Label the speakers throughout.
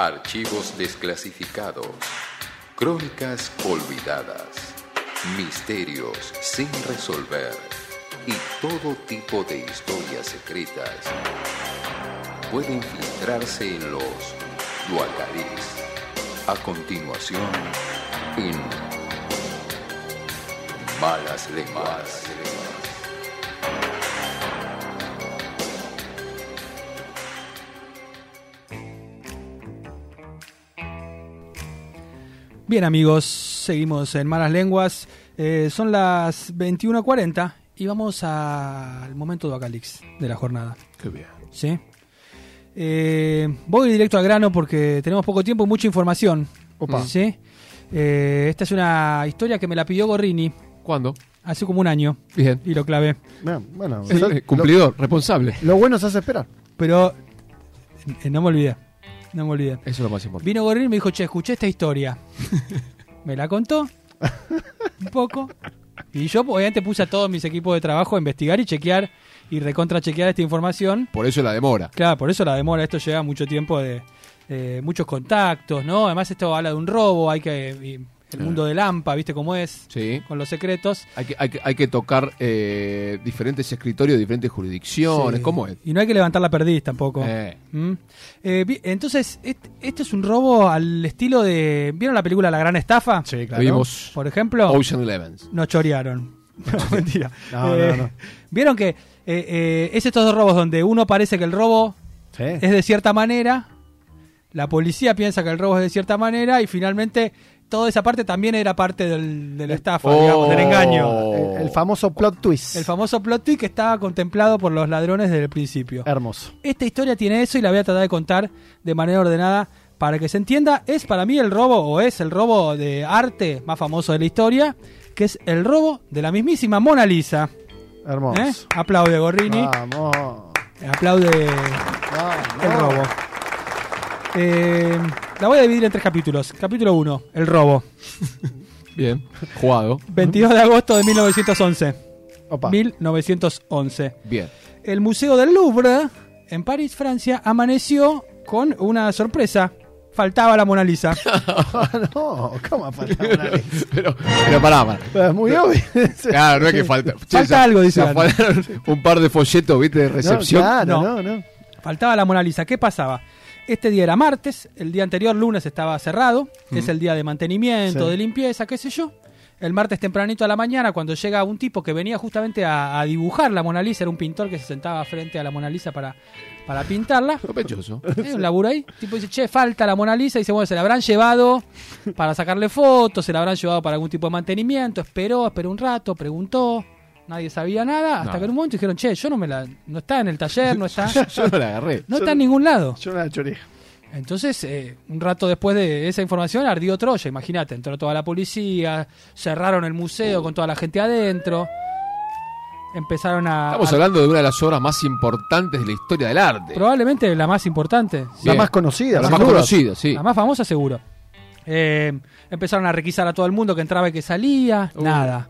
Speaker 1: Archivos desclasificados. Crónicas olvidadas. Misterios sin resolver. Y todo tipo de historias secretas pueden filtrarse en los Duacarís. A continuación, en Malas Lemas.
Speaker 2: Bien amigos, seguimos en Malas Lenguas. Eh, son las 21.40 y vamos a- al momento de Acalix de la jornada.
Speaker 3: Qué bien.
Speaker 2: ¿sí? Eh, voy directo al grano porque tenemos poco tiempo y mucha información.
Speaker 3: Opa.
Speaker 2: ¿sí? Eh, esta es una historia que me la pidió Gorrini
Speaker 3: ¿Cuándo?
Speaker 2: hace como un año
Speaker 3: Bien.
Speaker 2: y lo clavé.
Speaker 4: Bueno, bueno,
Speaker 3: Eh,
Speaker 4: son-
Speaker 3: eh, cumplidor, responsable.
Speaker 4: Lo, lo bueno se hace esperar.
Speaker 2: Pero eh, no me olvidé, no me olvidé.
Speaker 3: Eso es lo más importante.
Speaker 2: Vino Gorrini y me dijo, che, escuché esta historia. me la contó un poco. Y yo obviamente puse a todos mis equipos de trabajo a investigar y chequear y recontrachequear esta información.
Speaker 3: Por eso la demora.
Speaker 2: Claro, por eso la demora, esto lleva mucho tiempo de eh, muchos contactos, ¿no? Además esto habla de un robo, hay que... y el mundo del AMPA, ¿viste cómo es?
Speaker 3: Sí.
Speaker 2: Con los secretos.
Speaker 3: Hay que, hay que, hay que tocar eh, diferentes escritorios, diferentes jurisdicciones.
Speaker 2: Sí.
Speaker 3: ¿Cómo es?
Speaker 2: Y no hay que levantar la perdiz tampoco.
Speaker 3: Eh,
Speaker 2: Mm. Eh, vi- entonces, este, este es un robo al estilo de... ¿Vieron la película La Gran Estafa?
Speaker 4: Sí,
Speaker 3: lo Vimos
Speaker 2: Por ejemplo...
Speaker 3: Ocean Elevens.
Speaker 2: No chorearon. No, mentira.
Speaker 4: No,
Speaker 2: Eh,
Speaker 4: no, no.
Speaker 2: Vieron que eh, eh, es estos dos robos donde uno parece que el robo
Speaker 4: Sí.
Speaker 2: es de cierta manera, la policía piensa que el robo es de cierta manera y finalmente toda esa parte también era parte del, de la estafa,
Speaker 3: Oh.
Speaker 2: digamos, del engaño.
Speaker 3: Oh.
Speaker 4: El, el famoso plot twist.
Speaker 2: El famoso plot twist que estaba contemplado por los ladrones desde el principio.
Speaker 4: Hermoso.
Speaker 2: Esta historia tiene eso y la voy a tratar de contar de manera ordenada para que se entienda. Es para mí el robo, o es el robo de arte más famoso de la historia, que es el robo de la mismísima Mona Lisa.
Speaker 4: Hermoso.
Speaker 2: ¿Eh? Aplaude Gorrini,
Speaker 4: Vamos.
Speaker 2: aplaude
Speaker 4: Vamos.
Speaker 2: el robo. Eh, la voy a dividir en tres capítulos. Capítulo 1, el robo.
Speaker 3: Bien. Jugado.
Speaker 2: 22 de agosto de 1911.
Speaker 4: Opa.
Speaker 2: 1911.
Speaker 3: Bien.
Speaker 2: El Museo del Louvre, en París, Francia, amaneció con una sorpresa. Faltaba la Mona Lisa.
Speaker 4: no, ¿cómo falta una ley?
Speaker 3: Pero, pero pará, pará.
Speaker 4: Es muy obvio.
Speaker 3: Claro, no es que falta. Che,
Speaker 2: Falta algo, dice
Speaker 3: ya
Speaker 2: Dani.
Speaker 3: faltaron un par de folletos, ¿viste? De recepción.
Speaker 4: No, claro,
Speaker 2: No.
Speaker 4: no, no.
Speaker 2: Faltaba la Mona Lisa. ¿Qué pasaba? Este día era martes, el día anterior, lunes, estaba cerrado. Es el día de mantenimiento,
Speaker 4: Sí.
Speaker 2: de limpieza, qué sé yo. El martes tempranito a la mañana, cuando llega un tipo que venía justamente a, a dibujar la Mona Lisa, era un pintor que se sentaba frente a la Mona Lisa para, para pintarla.
Speaker 3: Sospechoso.
Speaker 2: Eh, un laburo ahí. Tipo dice, che, falta la Mona Lisa. Dice, bueno, se la habrán llevado para sacarle fotos, se la habrán llevado para algún tipo de mantenimiento. Esperó, esperó un rato, preguntó. Nadie sabía nada. Hasta
Speaker 3: No.
Speaker 2: que en un momento dijeron, che, yo no me la. No está en el taller, no está.
Speaker 3: Yo no la agarré.
Speaker 2: No está en ningún lado.
Speaker 4: Yo una chorija.
Speaker 2: Entonces, eh, un rato después de esa información, ardió Troya, imagínate. Entró toda la policía, cerraron el museo con toda la gente adentro. Empezaron a.
Speaker 3: Estamos
Speaker 2: a-
Speaker 3: hablando de una de las obras más importantes de la historia del arte.
Speaker 2: probablemente la más importante.
Speaker 4: La
Speaker 3: Bien.
Speaker 4: más conocida.
Speaker 3: La
Speaker 4: sin
Speaker 3: más
Speaker 4: duda.
Speaker 3: conocida, sí.
Speaker 2: La más famosa, seguro. Eh, empezaron a requisar a todo el mundo que entraba y que salía.
Speaker 3: Uh.
Speaker 2: Nada.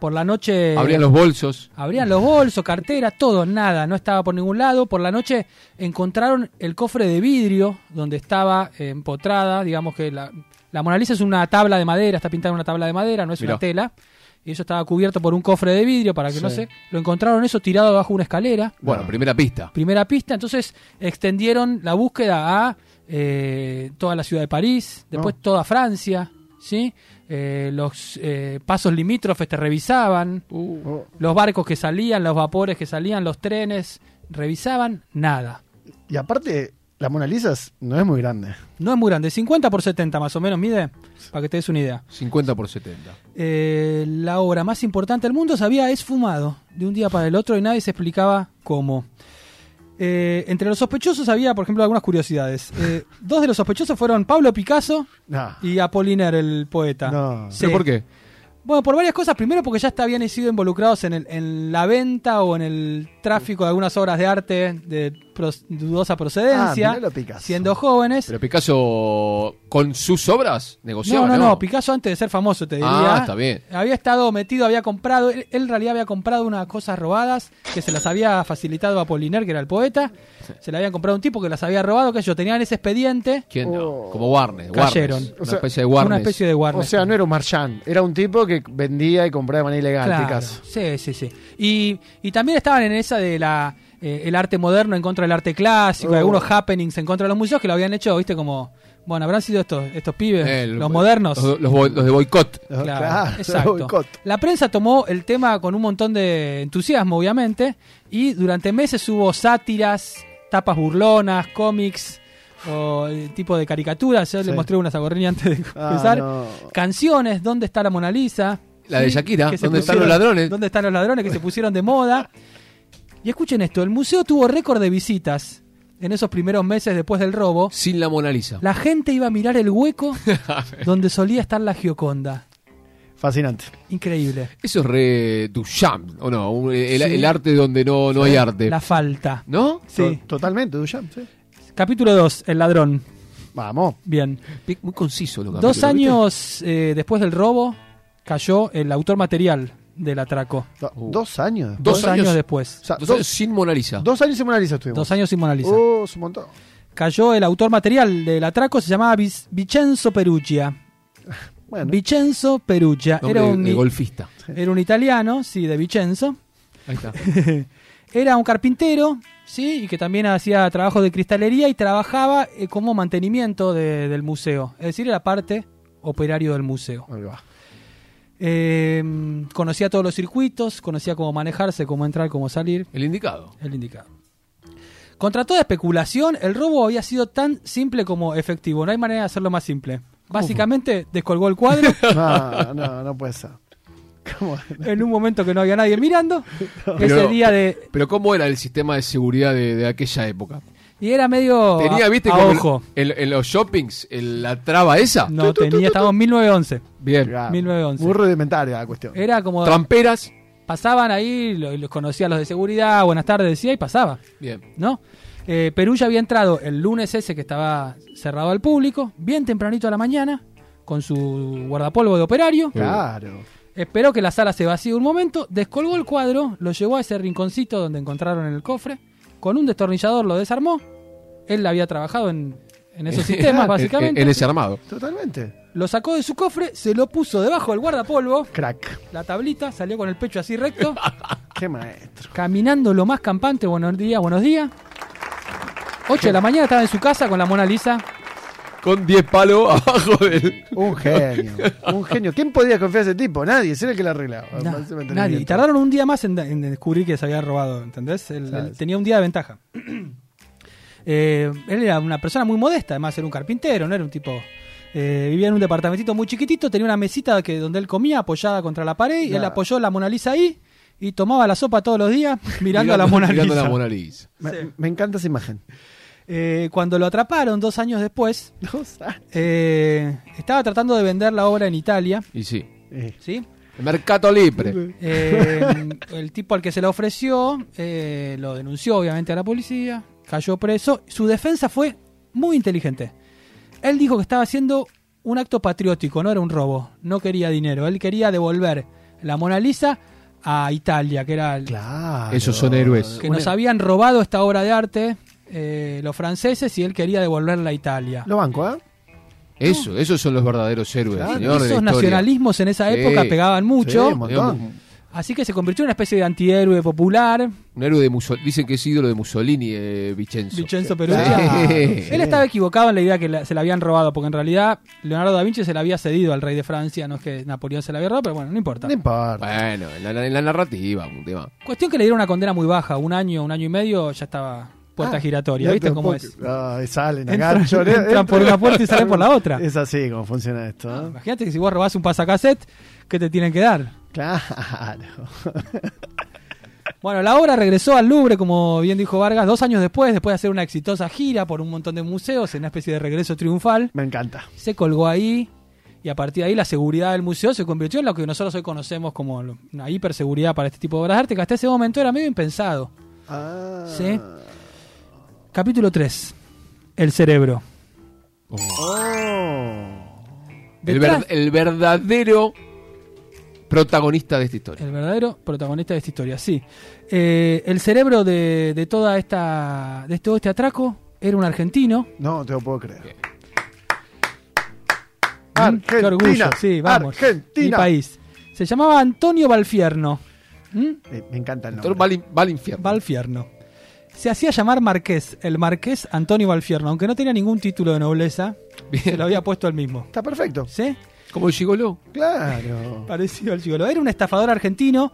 Speaker 2: Por la noche.
Speaker 3: Abrían los bolsos.
Speaker 2: abrían los bolsos, carteras, todo, nada. No estaba por ningún lado. Por la noche encontraron el cofre de vidrio donde estaba eh, empotrada. Digamos que la, la Mona Lisa es una tabla de madera, está pintada en una tabla de madera, no es
Speaker 3: Mirá.
Speaker 2: una tela. Y eso estaba cubierto por un cofre de vidrio para que no
Speaker 4: Sí.
Speaker 2: sé. Lo encontraron eso tirado bajo una escalera
Speaker 3: Bueno, primera pista.
Speaker 2: primera pista. Entonces extendieron la búsqueda a eh, toda la ciudad de París, después
Speaker 4: No.
Speaker 2: toda Francia, ¿sí? Eh, los eh, pasos limítrofes te revisaban,
Speaker 4: Oh,
Speaker 2: los barcos que salían, los vapores que salían, los trenes, revisaban, nada.
Speaker 4: Y aparte, la Mona Lisa es- no es muy grande.
Speaker 2: No es muy grande, 50 por 70 más o menos, mide, para que te des una idea.
Speaker 3: 50 por 70.
Speaker 2: Eh, la obra más importante del mundo se había esfumado de un día para el otro y nadie se explicaba cómo. Eh, entre los sospechosos había, por ejemplo, algunas curiosidades. Eh, dos de los sospechosos fueron Pablo Picasso
Speaker 4: No.
Speaker 2: y Apollinaire, el poeta.
Speaker 4: No.
Speaker 2: Sí.
Speaker 3: ¿Pero por qué?
Speaker 2: Bueno, por varias cosas. Primero, porque ya está- habían sido involucrados en, el- en la venta o en el tráfico de algunas obras de arte de pros- dudosa
Speaker 4: Ah,
Speaker 2: procedencia,
Speaker 4: mirá lo picas.
Speaker 2: siendo jóvenes.
Speaker 3: Pero Picasso, con sus obras, negociaba.
Speaker 2: no,
Speaker 3: No,
Speaker 2: no, no, Picasso antes de ser famoso, te diría.
Speaker 3: Ah, está bien.
Speaker 2: Había estado metido, había comprado, él, él en realidad había comprado unas cosas robadas que se las había facilitado a Poliner, que era el poeta. Se le habían comprado a un tipo que las había robado, que yo tenían ese expediente,
Speaker 3: ¿Quién no?
Speaker 4: Oh.
Speaker 3: Como Warnes.
Speaker 2: Cayeron.
Speaker 3: Warnes,
Speaker 4: O
Speaker 3: una
Speaker 4: sea,
Speaker 3: especie de Warnes.
Speaker 2: una especie de guardia.
Speaker 4: O sea, no era un marchand, era un tipo que vendía y compraba de manera ilegal, este
Speaker 2: Claro,
Speaker 4: Picasso.
Speaker 2: Sí, sí, sí. Y, y también estaban en esa de la eh, el arte moderno en contra del arte clásico,
Speaker 4: Oh.
Speaker 2: algunos happenings en contra de los museos que lo habían hecho, viste, como, bueno, habrán sido estos, estos pibes,
Speaker 3: Eh, el-
Speaker 2: los modernos.
Speaker 3: Los, los bo- los de boicot.
Speaker 4: Claro,
Speaker 2: exacto.
Speaker 4: boicot.
Speaker 2: La prensa tomó el tema con un montón de entusiasmo, obviamente, y durante meses hubo sátiras, tapas burlonas, cómics, o el tipo de caricaturas. Yo le
Speaker 4: Sí.
Speaker 2: mostré unas a Gorrini antes de
Speaker 4: Ah,
Speaker 2: empezar.
Speaker 4: no.
Speaker 2: Canciones, ¿Dónde está la Mona Lisa?
Speaker 3: La de Shakira,
Speaker 2: que se
Speaker 3: ¿dónde están
Speaker 2: pusieron-
Speaker 3: los ladrones?
Speaker 2: ¿Dónde están los ladrones que se pusieron de moda? Y escuchen esto, el museo tuvo récord de visitas en esos primeros meses después del robo.
Speaker 3: Sin la Mona Lisa.
Speaker 2: La gente iba a mirar el hueco donde solía estar la Gioconda.
Speaker 4: Fascinante.
Speaker 2: Increíble.
Speaker 3: Eso es re Duchamp, ¿o no? Un- El,
Speaker 2: Sí.
Speaker 3: el arte donde no, no hay arte.
Speaker 2: La falta.
Speaker 3: ¿No?
Speaker 2: Sí.
Speaker 4: To- Totalmente, Duchamp, sí.
Speaker 2: Capítulo 2, El ladrón.
Speaker 4: Vamos.
Speaker 2: Bien.
Speaker 3: Pi- Muy conciso lo que
Speaker 2: Dos años eh, después del robo cayó el autor material del atraco.
Speaker 4: Do-
Speaker 3: Uh.
Speaker 4: Dos años.
Speaker 3: Dos
Speaker 2: Dos, años,
Speaker 3: años.
Speaker 4: O
Speaker 2: después.
Speaker 4: sea,
Speaker 3: Dos
Speaker 4: dos-
Speaker 3: años sin Mona Lisa.
Speaker 4: dos años en Mona Lisa estuvimos.
Speaker 2: Dos años sin Mona Lisa.
Speaker 4: Oh, es un montón.
Speaker 2: Cayó el autor material del atraco, se llamaba Vic- Vincenzo Perugia.
Speaker 4: Bueno,
Speaker 2: Vincenzo Perugia.
Speaker 3: ¿eh? Nombre
Speaker 2: Era
Speaker 3: de-
Speaker 2: un,
Speaker 3: de golfista.
Speaker 2: era un italiano, sí, de Vincenzo.
Speaker 3: Ahí está.
Speaker 2: Era un carpintero, sí, y que también hacía trabajo de cristalería y trabajaba eh, como mantenimiento de- del museo. Es decir, era parte operario del museo.
Speaker 4: ahí va.
Speaker 2: Eh, conocía todos los circuitos, conocía cómo manejarse, cómo entrar, cómo salir.
Speaker 3: El indicado.
Speaker 2: El indicado. Contra toda especulación, el robo había sido tan simple como efectivo. No hay manera de hacerlo más simple. Básicamente descolgó el cuadro
Speaker 4: No, no, no puede ser. ¿Cómo?
Speaker 2: en un momento que no había nadie mirando. Ese
Speaker 3: Pero-
Speaker 2: día de.
Speaker 3: Pero ¿cómo era el sistema de seguridad de, de aquella época?
Speaker 2: Y era medio.
Speaker 3: Tenía,
Speaker 2: a-
Speaker 3: viste,
Speaker 2: a
Speaker 3: como
Speaker 2: ojo.
Speaker 3: En, en los shoppings, en la traba esa.
Speaker 2: No tenía, estábamos en 1911.
Speaker 3: Bien.
Speaker 4: Ah,
Speaker 2: 1911.
Speaker 4: Muy rudimentaria la cuestión.
Speaker 2: Era como.
Speaker 3: Tramperas.
Speaker 2: Pasaban ahí, lo- los conocía los de seguridad, buenas tardes, decía, y pasaba.
Speaker 3: Bien.
Speaker 2: ¿no? Eh, Perú ya había entrado el lunes ese que estaba cerrado al público, bien tempranito a la mañana, con su guardapolvo de operario.
Speaker 4: Claro.
Speaker 2: Esperó que la sala se vacíe un momento, descolgó el cuadro, lo llevó a ese rinconcito donde encontraron el cofre, con un destornillador lo desarmó. Él había trabajado en, en esos sistemas,
Speaker 3: En,
Speaker 2: básicamente.
Speaker 3: en ese armado.
Speaker 4: Totalmente.
Speaker 2: Lo sacó de su cofre, se lo puso debajo del guardapolvo,
Speaker 4: Crack.
Speaker 2: la tablita, salió con el pecho así recto,
Speaker 4: Qué maestro.
Speaker 2: caminando lo más campante, buenos días, buenos días. 8 de la mañana estaba en su casa con la Mona Lisa
Speaker 3: Con 10 palos abajo del.
Speaker 4: Un genio. Un genio. ¿Quién podía confiar en ese tipo? Nadie. Si era el que la arreglaba.
Speaker 2: Na-
Speaker 4: Ese mantenimiento.
Speaker 2: nadie. Y tardaron un día más en, en descubrir que se había robado, ¿entendés? Él,
Speaker 4: Claro.
Speaker 2: él tenía un día de ventaja. Eh, él era una persona muy modesta, además era un carpintero, no era un tipo... eh, vivía en un departamentito muy chiquitito, tenía una mesita que, donde él comía apoyada contra la pared, y él
Speaker 4: Nah.
Speaker 2: apoyó la Mona Lisa ahí y tomaba la sopa todos los días mirando, a la Mona Lisa.
Speaker 3: Mirando a la Mona Lisa.
Speaker 4: Me,
Speaker 2: Sí.
Speaker 4: me encanta esa imagen.
Speaker 2: Eh, cuando lo atraparon dos años después,
Speaker 4: Dos años.
Speaker 2: eh, estaba tratando de vender la obra en Italia,
Speaker 3: Y sí.
Speaker 4: Eh,
Speaker 2: ¿sí?
Speaker 3: El mercado libre.
Speaker 2: Eh, el tipo al que se la ofreció eh, lo denunció obviamente a la policía, cayó preso. Su defensa fue muy inteligente. Él dijo que estaba haciendo un acto patriótico, no era un robo, no quería dinero, él quería devolver la Mona Lisa a Italia, que era el-
Speaker 4: Claro.
Speaker 3: Esos son héroes.
Speaker 2: que nos habían robado esta obra de arte eh, los franceses y él quería devolverla a Italia.
Speaker 4: Lo banco, ¿eh?
Speaker 3: Eso, esos son los verdaderos héroes,
Speaker 4: Claro.
Speaker 3: señor. de la
Speaker 2: Eh, Esos
Speaker 3: historia.
Speaker 2: nacionalismos en esa
Speaker 3: Sí.
Speaker 2: época pegaban mucho,
Speaker 4: Sí, un montón.
Speaker 2: así que se convirtió en una especie de antihéroe popular.
Speaker 3: Un héroe de Mussolini. Dicen que es ídolo de Mussolini, eh, Vicenzo.
Speaker 2: Vincenzo Ah,
Speaker 4: Claro.
Speaker 2: Perugia.
Speaker 3: Sí.
Speaker 2: Él estaba equivocado en la idea que la- se la habían robado, porque en realidad Leonardo da Vinci se la había cedido al rey de Francia, no es que Napoleón se la había robado, pero bueno, no importa.
Speaker 4: No importa.
Speaker 3: Bueno, en la, en la narrativa, un tema.
Speaker 2: Cuestión que le dieron una condena muy baja, un año, un año y medio, ya estaba puerta
Speaker 4: Ah,
Speaker 2: giratoria,
Speaker 4: no
Speaker 2: ¿viste
Speaker 4: te
Speaker 2: cómo
Speaker 4: puedo-
Speaker 2: es?
Speaker 4: Ay, Ah, salen a
Speaker 2: Entran,
Speaker 4: gancho, ¿eh?
Speaker 2: entran por una puerta y salen por la otra.
Speaker 4: Es así como funciona esto. ¿eh?
Speaker 2: Imagínate que si vos robás un pasacassette, ¿qué te tienen que dar?
Speaker 4: Claro.
Speaker 2: Bueno, la obra regresó al Louvre, como bien dijo Vargas, dos años después, después de hacer una exitosa gira por un montón de museos, en una especie de regreso triunfal.
Speaker 4: Me encanta.
Speaker 2: se colgó ahí y a partir de ahí la seguridad del museo se convirtió en lo que nosotros hoy conocemos como lo- una hiperseguridad para este tipo de obras de arte, que hasta ese momento era medio impensado.
Speaker 4: Ah.
Speaker 2: Sí. Capítulo 3. El cerebro.
Speaker 4: Oh.
Speaker 3: El,
Speaker 2: Detrás-
Speaker 3: ver- el verdadero protagonista de esta historia.
Speaker 2: El verdadero protagonista de esta historia, sí. Eh, el cerebro de, de toda esta. de todo este atraco era un argentino.
Speaker 4: No te lo puedo creer.
Speaker 2: Mm, Qué orgullo,
Speaker 4: Argentina.
Speaker 2: sí, vamos. Mi
Speaker 4: Argentina.
Speaker 2: país. Se llamaba Antonio Balfierno. ¿Mm?
Speaker 4: Eh, me encanta el
Speaker 3: Entonces
Speaker 4: nombre.
Speaker 3: va al, in- va al infierno.
Speaker 2: Balfierno. Se hacía llamar Marqués, el Marqués Antonio Balfierno, aunque no tenía ningún título de nobleza, se lo
Speaker 3: Bien.
Speaker 2: había puesto él mismo.
Speaker 4: Está perfecto.
Speaker 2: ¿Sí?
Speaker 3: Como el gigoló.
Speaker 4: Claro.
Speaker 2: Parecido al chigolo. Era un estafador argentino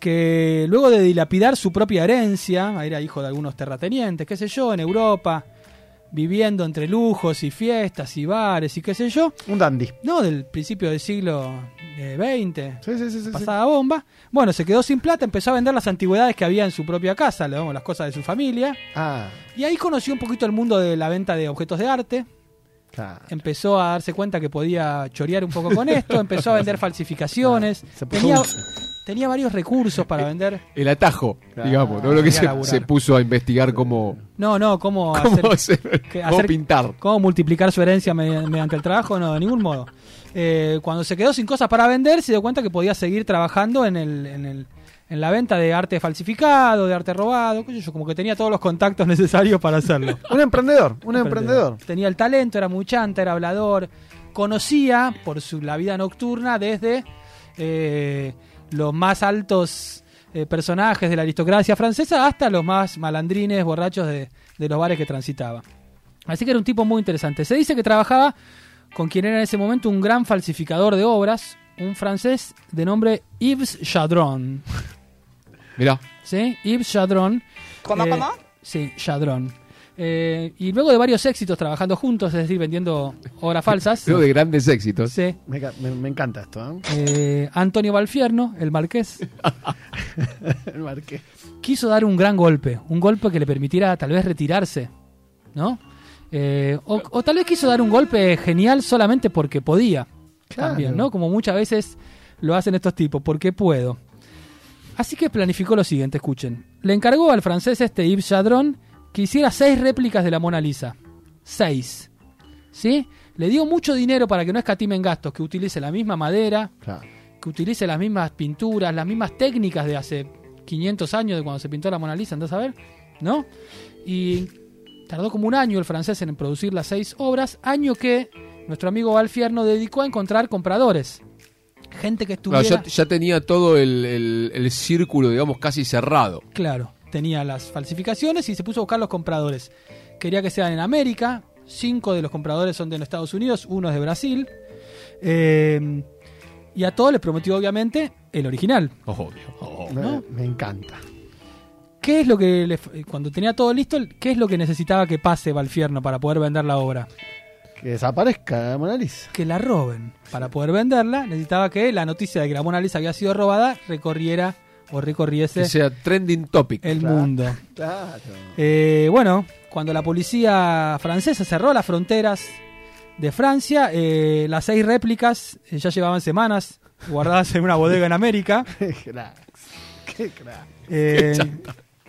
Speaker 2: que luego de dilapidar su propia herencia, era hijo de algunos terratenientes, qué sé yo, en Europa, viviendo entre lujos y fiestas y bares y qué sé yo,
Speaker 4: Un dandy.
Speaker 2: no, del principio del siglo eh, XX,
Speaker 4: Sí, sí, sí, sí, sí.
Speaker 2: pasada bomba. Bueno, se quedó sin plata, empezó a vender las antigüedades que había en su propia casa, le damos las cosas de su familia.
Speaker 4: Ah,
Speaker 2: Y ahí conoció un poquito el mundo de la venta de objetos de arte.
Speaker 4: claro.
Speaker 2: Empezó a darse cuenta que podía chorear un poco con esto. Empezó a vender falsificaciones.
Speaker 4: Ah, Se puso Eh,
Speaker 2: Tenía,
Speaker 4: un-
Speaker 2: tenía varios recursos para vender.
Speaker 3: El atajo,
Speaker 4: Claro,
Speaker 3: digamos. ¿no? Lo que
Speaker 2: quería
Speaker 3: se,
Speaker 2: laburar.
Speaker 3: se puso a investigar cómo,
Speaker 2: No, no, cómo,
Speaker 3: cómo,
Speaker 2: hacer-
Speaker 3: hacer-
Speaker 2: que
Speaker 3: cómo
Speaker 2: hacer-
Speaker 3: pintar.
Speaker 2: cómo multiplicar su herencia medi- mediante el trabajo. No, de ningún modo. Eh, cuando se quedó sin cosas para vender, se dio cuenta que podía seguir trabajando en, el, en, el- en la venta de arte falsificado, de arte robado. qué sé yo, como que tenía todos los contactos necesarios para hacerlo.
Speaker 4: Un emprendedor, un emprendedor.
Speaker 2: Tenía el talento, era muy chanta, era hablador. Conocía por su, la vida nocturna desde eh, los más altos eh, personajes de la aristocracia francesa hasta los más malandrines, borrachos de, de los bares que transitaba. Así que era un tipo muy interesante. Se dice que trabajaba con quien era en ese momento un gran falsificador de obras, un francés de nombre Yves Chadron.
Speaker 3: Mirá,
Speaker 2: ¿sí? Yves Chadron.
Speaker 5: ¿Cómo,
Speaker 2: Eh,
Speaker 5: cómo?
Speaker 2: Sí, Chadron. Eh, y luego de varios éxitos trabajando juntos, es decir, vendiendo obras falsas.
Speaker 3: creo de grandes éxitos.
Speaker 2: Sí.
Speaker 4: Me, ca- me- me encanta esto, ¿eh?
Speaker 2: Eh, Antonio Valfierno, el marqués,
Speaker 4: El marqués.
Speaker 2: quiso dar un gran golpe, un golpe que le permitiera tal vez retirarse, ¿no? Eh, o, o tal vez quiso dar un golpe genial solamente porque podía,
Speaker 4: Claro.
Speaker 2: también, ¿no? Como muchas veces lo hacen estos tipos, porque puedo. Así que planificó lo siguiente, escuchen. Le encargó al francés este Yves Chadron que hiciera seis réplicas de la Mona Lisa. Seis. ¿Sí? Le dio mucho dinero para que no escatimen gastos, que utilice la misma madera,
Speaker 4: Claro.
Speaker 2: que utilice las mismas pinturas, las mismas técnicas de hace 500 años de cuando se pintó la Mona Lisa, andás a ver, ¿no? Y tardó como un año el francés en producir las seis obras, año que nuestro amigo Valfierno dedicó a encontrar compradores. Gente que
Speaker 3: Claro,
Speaker 2: estuviera...
Speaker 3: ya, ya tenía todo el, el- el círculo, digamos, casi cerrado.
Speaker 2: Claro, tenía las falsificaciones y se puso a buscar los compradores. Quería que sean en América. Cinco de los compradores son de los Estados Unidos, uno es de Brasil. Eh, y a todos les prometió, obviamente, el original.
Speaker 3: Obvio. Oh.
Speaker 4: Me,
Speaker 2: ¿No?
Speaker 4: me encanta.
Speaker 2: ¿Qué es lo que, le- cuando tenía todo listo, qué es lo que necesitaba que pase Valfierno para poder vender la obra?
Speaker 4: Que desaparezca ¿eh? Mona Lisa.
Speaker 2: Que la roben. Para poder venderla, necesitaba que la noticia de que la Mona Lisa había sido robada recorriera o
Speaker 3: Que
Speaker 2: recorriese
Speaker 3: sea trending topic.
Speaker 2: el
Speaker 4: Claro.
Speaker 2: mundo.
Speaker 4: Claro.
Speaker 2: Eh, bueno, cuando la policía francesa cerró las fronteras de Francia, eh, las seis réplicas eh, ya llevaban semanas guardadas en una bodega en América.
Speaker 4: Qué cracks. Qué cracks.
Speaker 2: Eh,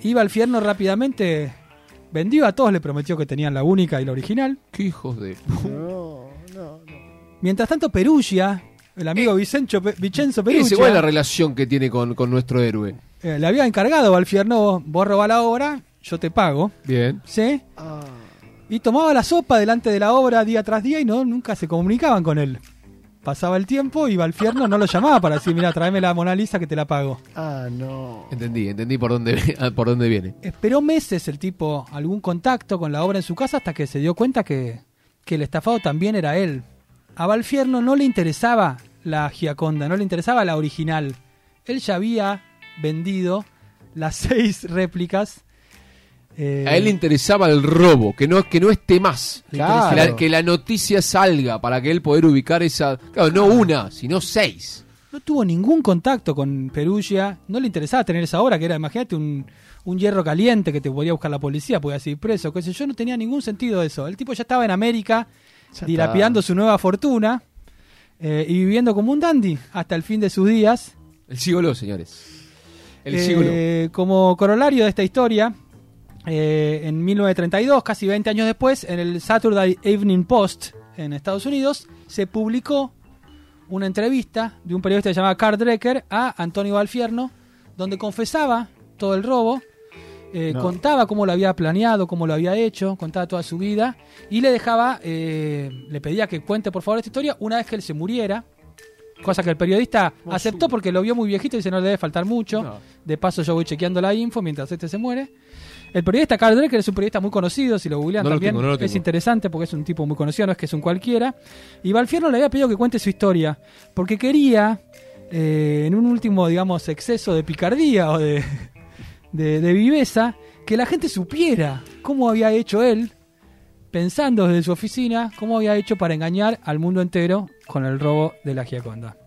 Speaker 2: iba al fierno rápidamente, vendió a todos, le prometió que tenían la única y la original.
Speaker 3: Qué hijos de...
Speaker 4: No, no, no.
Speaker 2: Mientras tanto, Perugia, el amigo Vicencio Pe- Vicenzo
Speaker 3: Es igual la
Speaker 2: Perugia,
Speaker 3: relación que tiene con, con nuestro héroe.
Speaker 2: eh, le había encargado al fierno, vos robá la obra, yo te pago,
Speaker 3: Bien.
Speaker 2: ¿sí?
Speaker 4: Ah,
Speaker 2: Y tomaba la sopa delante de la obra día tras día y no, nunca se comunicaban con él. Pasaba el tiempo y Valfierno no lo llamaba para decir, mira, tráeme la Mona Lisa que te la pago.
Speaker 4: ah, no.
Speaker 3: Entendí, entendí por dónde, ah, por dónde viene.
Speaker 2: Esperó meses el tipo algún contacto con la obra en su casa hasta que se dio cuenta que, que el estafado también era él. A Valfierno no le interesaba la Giaconda, no le interesaba la original. Él ya había vendido las seis réplicas. eh,
Speaker 3: A él le interesaba el robo, que no, que no esté más.
Speaker 2: le
Speaker 4: Claro.
Speaker 3: Que, la, que la noticia salga para que él poder ubicar esa... Claro, no una, sino seis.
Speaker 2: No tuvo ningún contacto con Perugia, no le interesaba tener esa obra, que era, imagínate, un, un hierro caliente que te podía buscar la policía, podía ir preso, qué sé yo, no tenía ningún sentido eso. El tipo ya estaba en América,
Speaker 4: Ya
Speaker 2: dilapidando su nueva fortuna eh, y viviendo como un dandy hasta el fin de sus días.
Speaker 3: El siglo, señores. El
Speaker 2: Eh,
Speaker 3: siglo.
Speaker 2: Como corolario de esta historia, Eh, en 1932, casi 20 años después, en el Saturday Evening Post en Estados Unidos, se publicó una entrevista de un periodista llamado Carl Drecker a Antonio Valfierno, donde confesaba todo el robo, eh,
Speaker 4: No.
Speaker 2: contaba cómo lo había planeado, cómo lo había hecho, contaba toda su vida y le dejaba, eh, le pedía que cuente por favor esta historia una vez que él se muriera. Cosa que el periodista aceptó porque lo vio muy viejito y dice no le debe faltar mucho.
Speaker 3: No.
Speaker 2: De paso yo voy chequeando la info mientras este se muere. El periodista Carl Drecker es un periodista muy conocido, si lo googlean
Speaker 3: No lo
Speaker 2: también
Speaker 3: tengo, no lo
Speaker 2: es
Speaker 3: tengo.
Speaker 2: interesante porque es un tipo muy conocido, no es que es un cualquiera. Y Valfierno le había pedido que cuente su historia porque quería, eh, en un último, digamos, exceso de picardía o de, de- de viveza, que la gente supiera cómo había hecho él, pensando desde su oficina, cómo había hecho para engañar al mundo entero con el robo de la Giaconda.